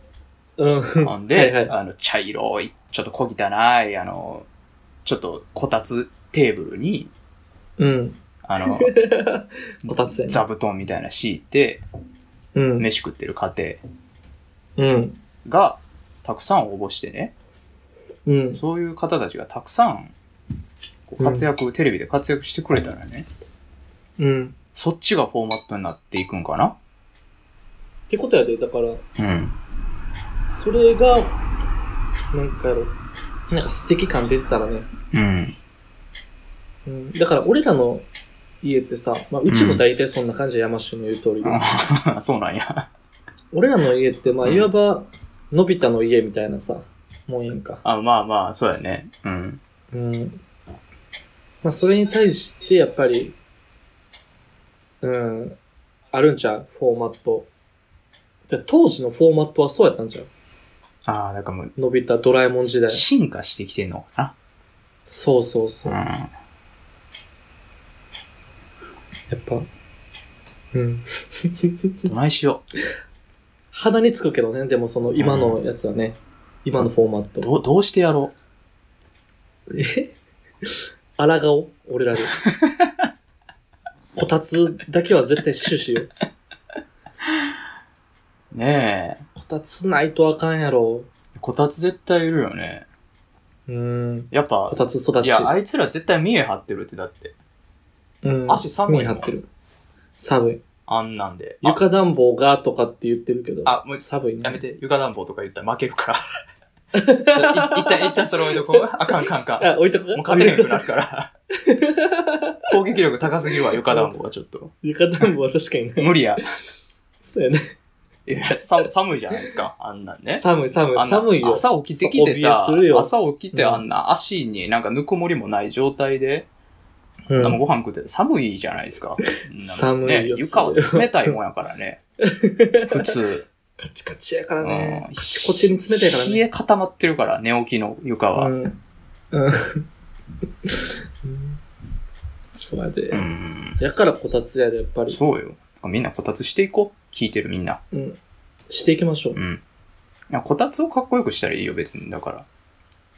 [SPEAKER 2] うん。
[SPEAKER 1] ほんで、
[SPEAKER 2] はいはい
[SPEAKER 1] あの茶色い、ちょっと小汚い、あの、ちょっとこたつテーブルに、
[SPEAKER 2] うん。
[SPEAKER 1] あの、
[SPEAKER 2] こたつやね
[SPEAKER 1] 座布団みたいな敷いて、
[SPEAKER 2] うん。
[SPEAKER 1] 飯食ってる家庭
[SPEAKER 2] うん。
[SPEAKER 1] がたくさん応募してね、
[SPEAKER 2] うん。
[SPEAKER 1] そういう方たちがたくさんこう活躍、テレビで活躍してくれたらね、
[SPEAKER 2] うん。
[SPEAKER 1] そっちがフォーマットになっていくんかな
[SPEAKER 2] ってことやで、だから、
[SPEAKER 1] うん。
[SPEAKER 2] それが、なんかやろ、なんか素敵感出てたらね。
[SPEAKER 1] うん。
[SPEAKER 2] うん。だから、俺らの家ってさ、まあ、うちも大体そんな感じで、山下の言う通りで。
[SPEAKER 1] そうなんや。
[SPEAKER 2] 俺らの家って、まあ、
[SPEAKER 1] うん
[SPEAKER 2] いわば、のび太の家みたいなさ、もんやんか。
[SPEAKER 1] あ、まあまあ、そうやね。うん。
[SPEAKER 2] うん。まあ、それに対して、やっぱり、うん、あるんちゃうフォーマット。で当時のフォーマットはそうやったんちゃう
[SPEAKER 1] ああ、なんかもう、
[SPEAKER 2] のび太ドラえもん時代。
[SPEAKER 1] 進化してきてんのか
[SPEAKER 2] そうそうそう。や
[SPEAKER 1] な
[SPEAKER 2] っぱ。うん。
[SPEAKER 1] うん。どないしよ
[SPEAKER 2] 鼻につくけどね、でもその今のやつはね。今のフォーマッ
[SPEAKER 1] う。
[SPEAKER 2] ト。
[SPEAKER 1] どう、どうしてやろ
[SPEAKER 2] えあらがお俺らで。こたつだけは絶対死守しよう。
[SPEAKER 1] う。ね
[SPEAKER 2] こたつないとあかんやろ。
[SPEAKER 1] え。こたつ絶対いるよね。
[SPEAKER 2] うん。
[SPEAKER 1] やっぱ
[SPEAKER 2] こ、たつ育ち。
[SPEAKER 1] いや、あいつら絶対見え張ってるって、だって。
[SPEAKER 2] うん、
[SPEAKER 1] 足寒いもん
[SPEAKER 2] 目張ってる。寒い。
[SPEAKER 1] あんなんで。あ
[SPEAKER 2] 床暖房がとかって言ってるけど。
[SPEAKER 1] あもう
[SPEAKER 2] 寒いね。
[SPEAKER 1] やめて、床暖房とか言ったら負けるから。い一旦、一旦それ置いとこう。あかんあかんあかん。
[SPEAKER 2] あ、置いとく
[SPEAKER 1] もう勝てなくなる から。攻撃力高すぎるわ、床暖房はちょっと。
[SPEAKER 2] 床暖房は確かにね。
[SPEAKER 1] 無理や。
[SPEAKER 2] そうやね。
[SPEAKER 1] いやさ寒いじゃないですか、あんなんね。
[SPEAKER 2] 寒い寒
[SPEAKER 1] あ
[SPEAKER 2] い。
[SPEAKER 1] んな
[SPEAKER 2] 寒いよ。
[SPEAKER 1] 朝起きてきて
[SPEAKER 2] そう怯え
[SPEAKER 1] さ
[SPEAKER 2] する、よ
[SPEAKER 1] 朝起きてあんな足になんかぬくもりもない状態で、
[SPEAKER 2] うん
[SPEAKER 1] なんかご飯食ってて寒いじゃないですか。なんか
[SPEAKER 2] 寒い
[SPEAKER 1] ね
[SPEAKER 2] よ。
[SPEAKER 1] 床は
[SPEAKER 2] それ
[SPEAKER 1] 冷たいもんやから ね。普通。
[SPEAKER 2] カチカチやから
[SPEAKER 1] うん
[SPEAKER 2] ね。カチコチに冷たいから
[SPEAKER 1] 冷え
[SPEAKER 2] ね。
[SPEAKER 1] 固まってるから、寝起きの床は。
[SPEAKER 2] うん。うん。 うんそうやで
[SPEAKER 1] う。ん。
[SPEAKER 2] やからこたつやで、やっぱり。
[SPEAKER 1] そうよ。みんなこたつしていこう。聞いてるみんな。
[SPEAKER 2] うん。していきましょう
[SPEAKER 1] う。ん。いやこたつをかっこよくしたらいいよ、別に。だから。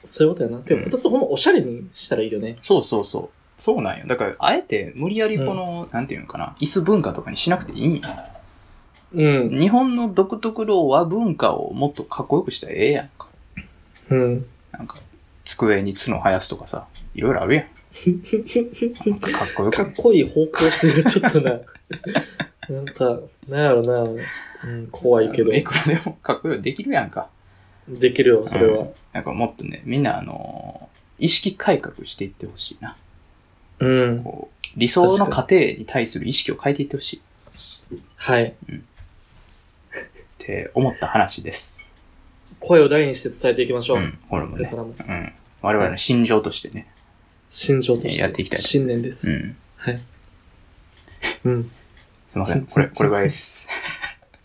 [SPEAKER 2] そういうことやな。でも、こたつほんまおしゃれにしたらいいよね。
[SPEAKER 1] そうそうそう。そうなんよ。だから、あえて無理やりこの、なんていうのかな、椅子文化とかにしなくていいんや。
[SPEAKER 2] うん。
[SPEAKER 1] 日本の独特の和文化をもっとかっこよくしたらええやんか。
[SPEAKER 2] うん。
[SPEAKER 1] なんか、机に角生やすとかさ、いろいろあるやん。なんかかっこよ
[SPEAKER 2] か
[SPEAKER 1] く
[SPEAKER 2] っ。こいい方向性がちょっと な、なんか、なんやろな、うん、怖いけど、
[SPEAKER 1] いくらでもかっこよくできるやんか。
[SPEAKER 2] できるよ、それは。
[SPEAKER 1] なんかもっとね、みんなあのー意識改革していってほしいな。
[SPEAKER 2] うん。
[SPEAKER 1] こう、理想の家庭に対する意識を変えていってほしいっ
[SPEAKER 2] はい。
[SPEAKER 1] て思った話です。
[SPEAKER 2] 声を大にして伝えていきましょ
[SPEAKER 1] う
[SPEAKER 2] う。
[SPEAKER 1] ん、俺も
[SPEAKER 2] これ
[SPEAKER 1] ね
[SPEAKER 2] か。ら
[SPEAKER 1] う
[SPEAKER 2] も。
[SPEAKER 1] ん。我々の心情としてね。
[SPEAKER 2] 心情として。
[SPEAKER 1] やっていきたいと
[SPEAKER 2] 信
[SPEAKER 1] 思いますう
[SPEAKER 2] 念です。
[SPEAKER 1] ん。
[SPEAKER 2] はい。うん。
[SPEAKER 1] すいません。これ、これぐらいです。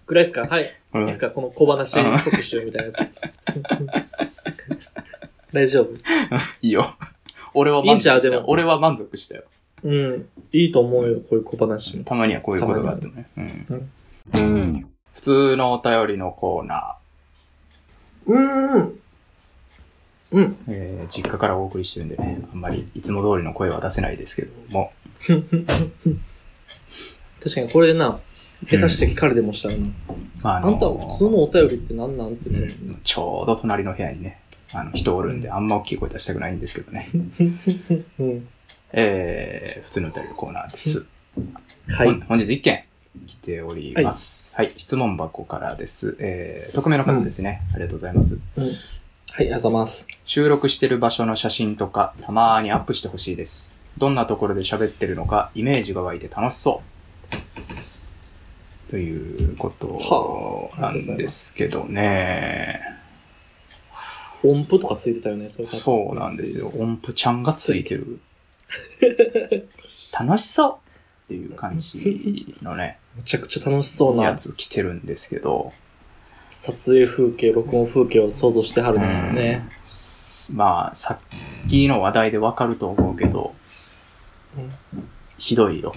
[SPEAKER 2] ぐらいですかはい。
[SPEAKER 1] こ
[SPEAKER 2] い
[SPEAKER 1] れぐらい
[SPEAKER 2] いで
[SPEAKER 1] です
[SPEAKER 2] すかこの小話特集みたいなやつ。 大丈夫
[SPEAKER 1] いいよ。 俺はい
[SPEAKER 2] いん
[SPEAKER 1] 満
[SPEAKER 2] ちゃう
[SPEAKER 1] 足した
[SPEAKER 2] で
[SPEAKER 1] よ。
[SPEAKER 2] も
[SPEAKER 1] 俺は満足したよ。
[SPEAKER 2] うん。いいと思うよ、こういう小話も。
[SPEAKER 1] たまにはこういうことがあってもね。うん
[SPEAKER 2] うん
[SPEAKER 1] 普通のお便りのコーナ
[SPEAKER 2] うんうん。うん。
[SPEAKER 1] ー、えー実家からお送りしてるんでね、あんまりいつも通りの声は出せないですけども、
[SPEAKER 2] 確かにこれな、下手して聞かれてもしたらな。
[SPEAKER 1] まあ、あ
[SPEAKER 2] あんたは普通のお便りって何なんって
[SPEAKER 1] う
[SPEAKER 2] なる
[SPEAKER 1] んちょうど隣の部屋にね、あの人おるんで、あんま大きい声出したくないんですけどね。
[SPEAKER 2] うん。
[SPEAKER 1] えー、普通のお便りのコーナーです。
[SPEAKER 2] は
[SPEAKER 1] 本
[SPEAKER 2] い。
[SPEAKER 1] 本日1件来ております。はい、質問箱からです。えー、匿名の方ですね、ありがとうございます。
[SPEAKER 2] はい、あざます。
[SPEAKER 1] 収録してる場所の写真とか、たまーにアップしてほしいです。どんなところで喋ってるのか、イメージが湧いて楽しそう。ということ
[SPEAKER 2] はああ
[SPEAKER 1] な
[SPEAKER 2] りがとうござ
[SPEAKER 1] ん
[SPEAKER 2] います
[SPEAKER 1] ですけどね。
[SPEAKER 2] 音符とかついてたよね、それから
[SPEAKER 1] そうなんですよ。。音符ちゃんがついて る。楽しそうっていう感じのね、
[SPEAKER 2] めちゃくちゃ楽しそう
[SPEAKER 1] や
[SPEAKER 2] な
[SPEAKER 1] つ来てるんですけど、
[SPEAKER 2] 撮影風景、録音風景を想像してはるのよね。
[SPEAKER 1] うんまあ、さっきの話題でわかると思うけど、ひどい よ。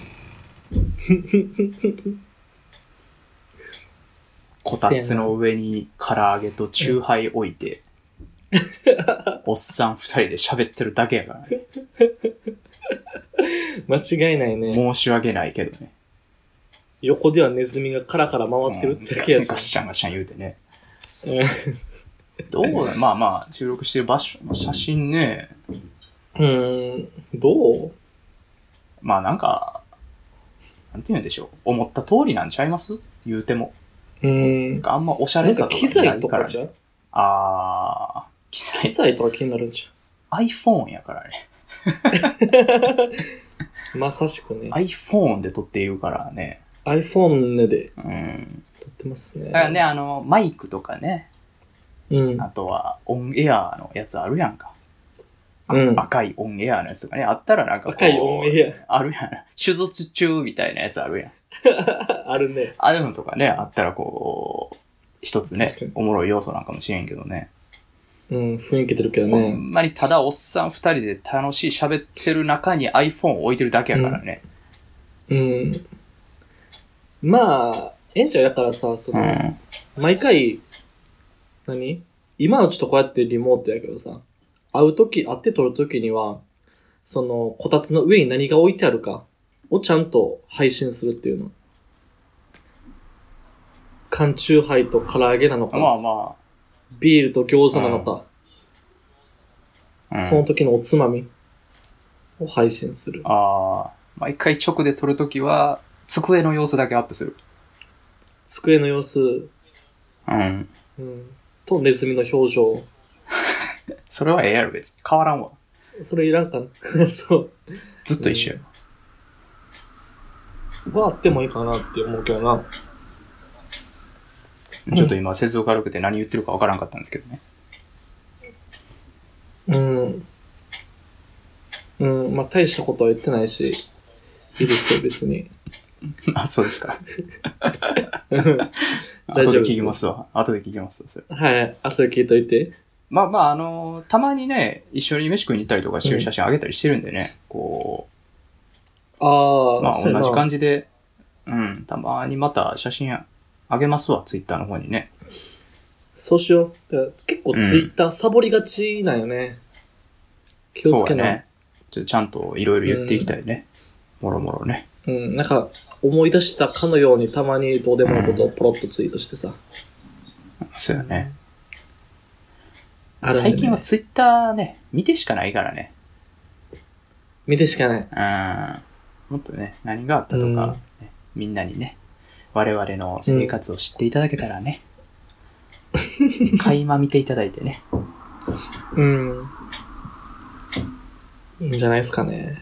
[SPEAKER 1] こたつの上に唐揚げとチューハイ置い て、おっさん二人で喋ってるだけやからね。
[SPEAKER 2] 間違いないね。
[SPEAKER 1] 申し訳ないけどね。
[SPEAKER 2] 横ではネズミがカラカラ回ってるってだけ
[SPEAKER 1] う
[SPEAKER 2] や
[SPEAKER 1] ん
[SPEAKER 2] し
[SPEAKER 1] ガッ。シャンガッシャン言うてね。どうだまあまあ、収録してる場所の写真ね。
[SPEAKER 2] うーん、どう
[SPEAKER 1] まあなんか、なんて言うんでしょう。思った通りなんちゃいます言うても。
[SPEAKER 2] うーん。
[SPEAKER 1] なんかあんまおしゃ
[SPEAKER 2] な
[SPEAKER 1] れ
[SPEAKER 2] ん
[SPEAKER 1] さ
[SPEAKER 2] か
[SPEAKER 1] とか
[SPEAKER 2] 機材
[SPEAKER 1] ない
[SPEAKER 2] と
[SPEAKER 1] から、
[SPEAKER 2] か
[SPEAKER 1] ね
[SPEAKER 2] じ。ゃん
[SPEAKER 1] あー、機材。
[SPEAKER 2] 機材とか気になるんじ
[SPEAKER 1] iPhone やからね。
[SPEAKER 2] ゃん。まさしくね。
[SPEAKER 1] iPhone で撮っているからね。
[SPEAKER 2] iPhone で
[SPEAKER 1] うん。
[SPEAKER 2] 撮ってますね。
[SPEAKER 1] だからね、あの、マイクとかね、
[SPEAKER 2] うん。
[SPEAKER 1] あとはオンエアのやつあるやんか。あ
[SPEAKER 2] うん
[SPEAKER 1] 赤いオンエアのやつとかね、あったらなんかこう
[SPEAKER 2] 赤いオンエ
[SPEAKER 1] あるやん。手術中みたいなやつあるやん。
[SPEAKER 2] ア。あるね。
[SPEAKER 1] ああいうのとかね、あったらこう、一つね
[SPEAKER 2] 確かに、
[SPEAKER 1] おもろい要素なんかもしれんけどね。
[SPEAKER 2] うん、雰囲気出るけど
[SPEAKER 1] ほ
[SPEAKER 2] ね。
[SPEAKER 1] んまにただおっさん二人で楽しい喋ってる中に iPhone を置いてるだけやからね。
[SPEAKER 2] うん。まあ、ええんちゃうやからさ、その、
[SPEAKER 1] ん。
[SPEAKER 2] 毎回、何今はちょっとこうやってリモートやけどさ、会うとき、会って撮るときには、その、こたつの上に何が置いてあるかをちゃんと配信するっていうの。缶チューハイと唐揚げなのか、
[SPEAKER 1] まあま
[SPEAKER 2] ビールと餃子なのか、
[SPEAKER 1] あ。うん
[SPEAKER 2] その時のおつまみを配信する。
[SPEAKER 1] ああ。毎回直で撮るときは、机の様子だけアップする。
[SPEAKER 2] 机の様子、
[SPEAKER 1] うん。
[SPEAKER 2] うん、とネズミの表情。
[SPEAKER 1] それはええやろ、別に。変わらんわ。
[SPEAKER 2] それいらんかな そう。
[SPEAKER 1] ずっと一緒や。
[SPEAKER 2] はあってもいいかなって思うけどな。ん
[SPEAKER 1] ちょっと今、接続悪くて何言ってるかわからんかったんですけど ね。
[SPEAKER 2] うん。うん、まあ、大したことは言ってないし、いいですよ、別に。
[SPEAKER 1] あ、そうですか。
[SPEAKER 2] 大丈夫
[SPEAKER 1] 後で
[SPEAKER 2] です
[SPEAKER 1] 聞きますわ。後で聞きますわ、それ。
[SPEAKER 2] はい、後で聞いといて。
[SPEAKER 1] まあまあ、あのーたまにね、一緒に飯食いに行ったりとかしてる写真あげたりしてるんでね、こ
[SPEAKER 2] あ
[SPEAKER 1] う、
[SPEAKER 2] あ、
[SPEAKER 1] まあ同じ感
[SPEAKER 2] じ。
[SPEAKER 1] じで、うん、たまにまた写真あげますわ、ツイッターの方にね。
[SPEAKER 2] そうしよう。だから結構ツイッターサボりがちなんよね。気を
[SPEAKER 1] そ
[SPEAKER 2] つ
[SPEAKER 1] う
[SPEAKER 2] け
[SPEAKER 1] や
[SPEAKER 2] な。
[SPEAKER 1] ね。ちょちゃんといろいろ言っていきたいね。もろもろね。
[SPEAKER 2] うん、なんか、思い出したかのようにたまにどうでもいいことをポロッとツイートしてさ。
[SPEAKER 1] そうやね。
[SPEAKER 2] あるんでね
[SPEAKER 1] 最近はツイッターね、見てしかないからね。
[SPEAKER 2] 見てしかない。
[SPEAKER 1] うん。もっとね、何があったとか、ねみんなにね、我々の生活を知っていただけたら ね、垣間見ていただいてね。
[SPEAKER 2] うん。いいんじゃないですかね。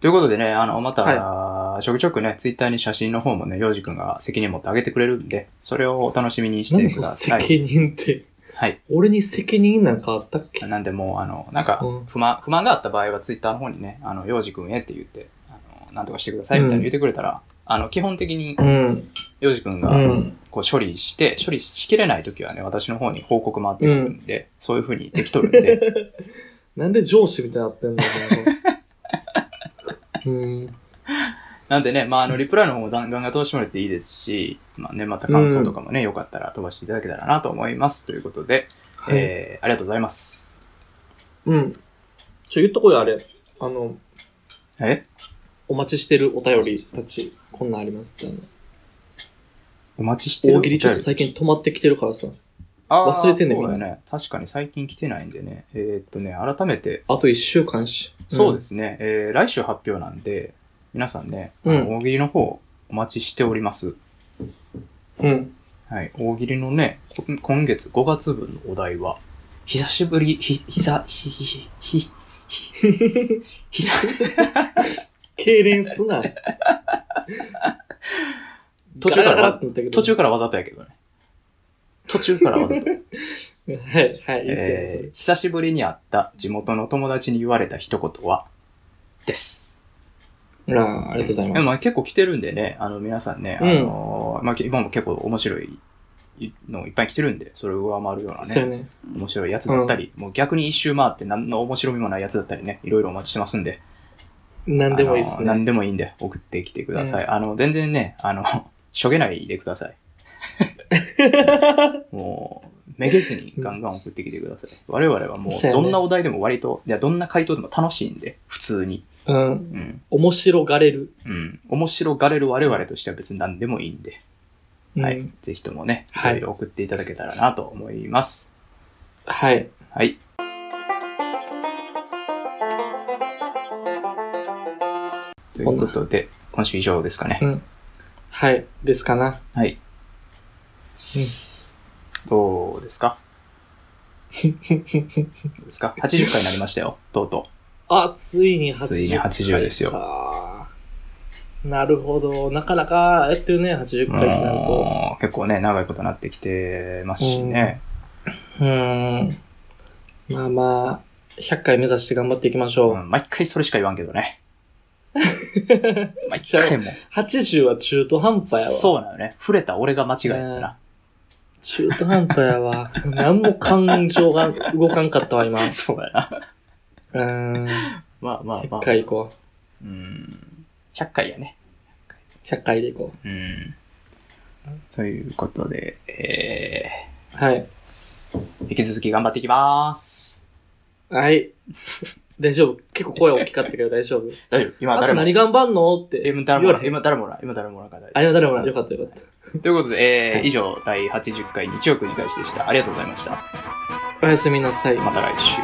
[SPEAKER 1] ということでね、あの、また、ちょくちょくね、ツイッターに写真の方もね、ヨウジくんが責任持ってあげてくれるんで、それをお楽しみにし
[SPEAKER 2] 何
[SPEAKER 1] て
[SPEAKER 2] そ
[SPEAKER 1] く
[SPEAKER 2] の
[SPEAKER 1] ださい。
[SPEAKER 2] 責任って。
[SPEAKER 1] はい。
[SPEAKER 2] 俺に責任なんかあったっけ
[SPEAKER 1] なんでもう、あの、なんか
[SPEAKER 2] うん、
[SPEAKER 1] 不満、不満があった場合はツイッターの方にね、あの、ヨウジくんへって言って、あの、なんとかしてくださいみたいに言ってくれたら、あの、基本的に
[SPEAKER 2] う、ん。
[SPEAKER 1] ヨジ君
[SPEAKER 2] う
[SPEAKER 1] が、
[SPEAKER 2] ん。
[SPEAKER 1] こう処理して、処理しきれないときはね、私の方に報告回ってくるんで、そういうふうにできとるん で、
[SPEAKER 2] なんで上司みたいになってんのほんと
[SPEAKER 1] なんでね、まあ、あの、リプライの方もガンガンガン飛ばしてもらっていいですし、まあね、また感想とかもね、よかったら飛ばしていただけたらなと思います。ということで、
[SPEAKER 2] うん。はい。
[SPEAKER 1] えー、ありがとうございます。
[SPEAKER 2] うん。ちょ、言っとこうよ、あれ。あの、
[SPEAKER 1] え
[SPEAKER 2] お待ちしてるお便りたち、こんなんありますってあの。
[SPEAKER 1] お待ちしてる
[SPEAKER 2] 大喜利ちょっと最近止まってきてるからさ。
[SPEAKER 1] あー
[SPEAKER 2] 忘れてんねん
[SPEAKER 1] そうだね。確かに最近来てないんでね。えーっとね、改めて、
[SPEAKER 2] あと一週間し。。
[SPEAKER 1] そうですすね、えー来週発表なんで、皆さんね、あ
[SPEAKER 2] うん
[SPEAKER 1] の大喜利の方、お待ちしております。
[SPEAKER 2] うん。
[SPEAKER 1] はい、大喜利のね、こ今月5月分のお題は、久しぶり、ひ、ひさ、ひ、ひ、ひ、ひ、ひさ、
[SPEAKER 2] 痙攣すな。
[SPEAKER 1] 途中から
[SPEAKER 2] ガラガラってなったけど
[SPEAKER 1] 途中からわざとやけどね。途中からわざと。
[SPEAKER 2] はい、はい、いいっすよ、そ
[SPEAKER 1] え
[SPEAKER 2] れ
[SPEAKER 1] ー、久しぶりに会った地元の友達に言われた一言は、です。
[SPEAKER 2] ああ、ありがとうございます。
[SPEAKER 1] まあ、結構来てるんでね、あの皆さんね、あ
[SPEAKER 2] うん
[SPEAKER 1] のーまあ、今も結構面白いのいっぱい来てるんで、それを上回るような
[SPEAKER 2] そう
[SPEAKER 1] ね、
[SPEAKER 2] よね。
[SPEAKER 1] 面白いやつだったり、もう逆に一周回って何の面白みもないやつだったりね、いろいろお待ちしてますんで、
[SPEAKER 2] 何でもいいっす
[SPEAKER 1] あのー何
[SPEAKER 2] ね。
[SPEAKER 1] でもいいんで送ってきてください。あの、全然ね、あの、 しょげないでくださ い。もう、めげずにガンガン送ってきてください。我々はも
[SPEAKER 2] そう
[SPEAKER 1] う、
[SPEAKER 2] やね
[SPEAKER 1] どんなお題でも割と、いや、どんな回答でも楽しいんで、普通に。
[SPEAKER 2] うん。
[SPEAKER 1] うん。
[SPEAKER 2] 面白がれる。
[SPEAKER 1] うん。面白がれる我々としては別に何でもいいんで。
[SPEAKER 2] うん
[SPEAKER 1] はい。。ぜひともね、い
[SPEAKER 2] はい
[SPEAKER 1] ろいろ送っていただけたらなと思います。
[SPEAKER 2] はい。
[SPEAKER 1] はい。ということで、今週以上ですかね。
[SPEAKER 2] はい。ですかな。
[SPEAKER 1] はい。どうですかどうですか ?80 回になりましたよ。とうと
[SPEAKER 2] あ、ついに80。
[SPEAKER 1] ついに80ですよ
[SPEAKER 2] よ。なるほど。なかなかやってるね、80
[SPEAKER 1] う。
[SPEAKER 2] 回になると。
[SPEAKER 1] もう結構ね、長いことになってきてますしね。
[SPEAKER 2] うーん。まあまあ、100回目指して頑張っていきましょう。
[SPEAKER 1] うん毎回それしか言わんけど ね。毎
[SPEAKER 2] ちゃう
[SPEAKER 1] 回もう。
[SPEAKER 2] 80は中途半端やわ。
[SPEAKER 1] そうなのね。触れた俺が間違えたな。
[SPEAKER 2] 中途半端やわ。何も感情が動かんかったわ、今。う
[SPEAKER 1] そうやな。
[SPEAKER 2] ーん。
[SPEAKER 1] まあまあまあ。
[SPEAKER 2] 100回行こ
[SPEAKER 1] うん。100回やね。
[SPEAKER 2] う。100回で行こ
[SPEAKER 1] うん。ということで、え
[SPEAKER 2] う。はい。
[SPEAKER 1] ー、引き続き頑張っていきます。
[SPEAKER 2] はい。 大丈夫。結構声大きかったけど大丈夫。
[SPEAKER 1] 大丈夫今
[SPEAKER 2] あ
[SPEAKER 1] 誰
[SPEAKER 2] と
[SPEAKER 1] も。
[SPEAKER 2] 何頑張んのって
[SPEAKER 1] 今
[SPEAKER 2] 言
[SPEAKER 1] 誰もお
[SPEAKER 2] わ
[SPEAKER 1] らん
[SPEAKER 2] れへん。
[SPEAKER 1] 今誰もおらん。今誰もおらんから大
[SPEAKER 2] あ、
[SPEAKER 1] 丈
[SPEAKER 2] 今誰もない。よかったよかっ
[SPEAKER 1] 夫。ということで、えー
[SPEAKER 2] はい
[SPEAKER 1] 以上、第80回日曜繰り返しでした。ありがとうございました。
[SPEAKER 2] た。おやすみなさい。
[SPEAKER 1] また来週。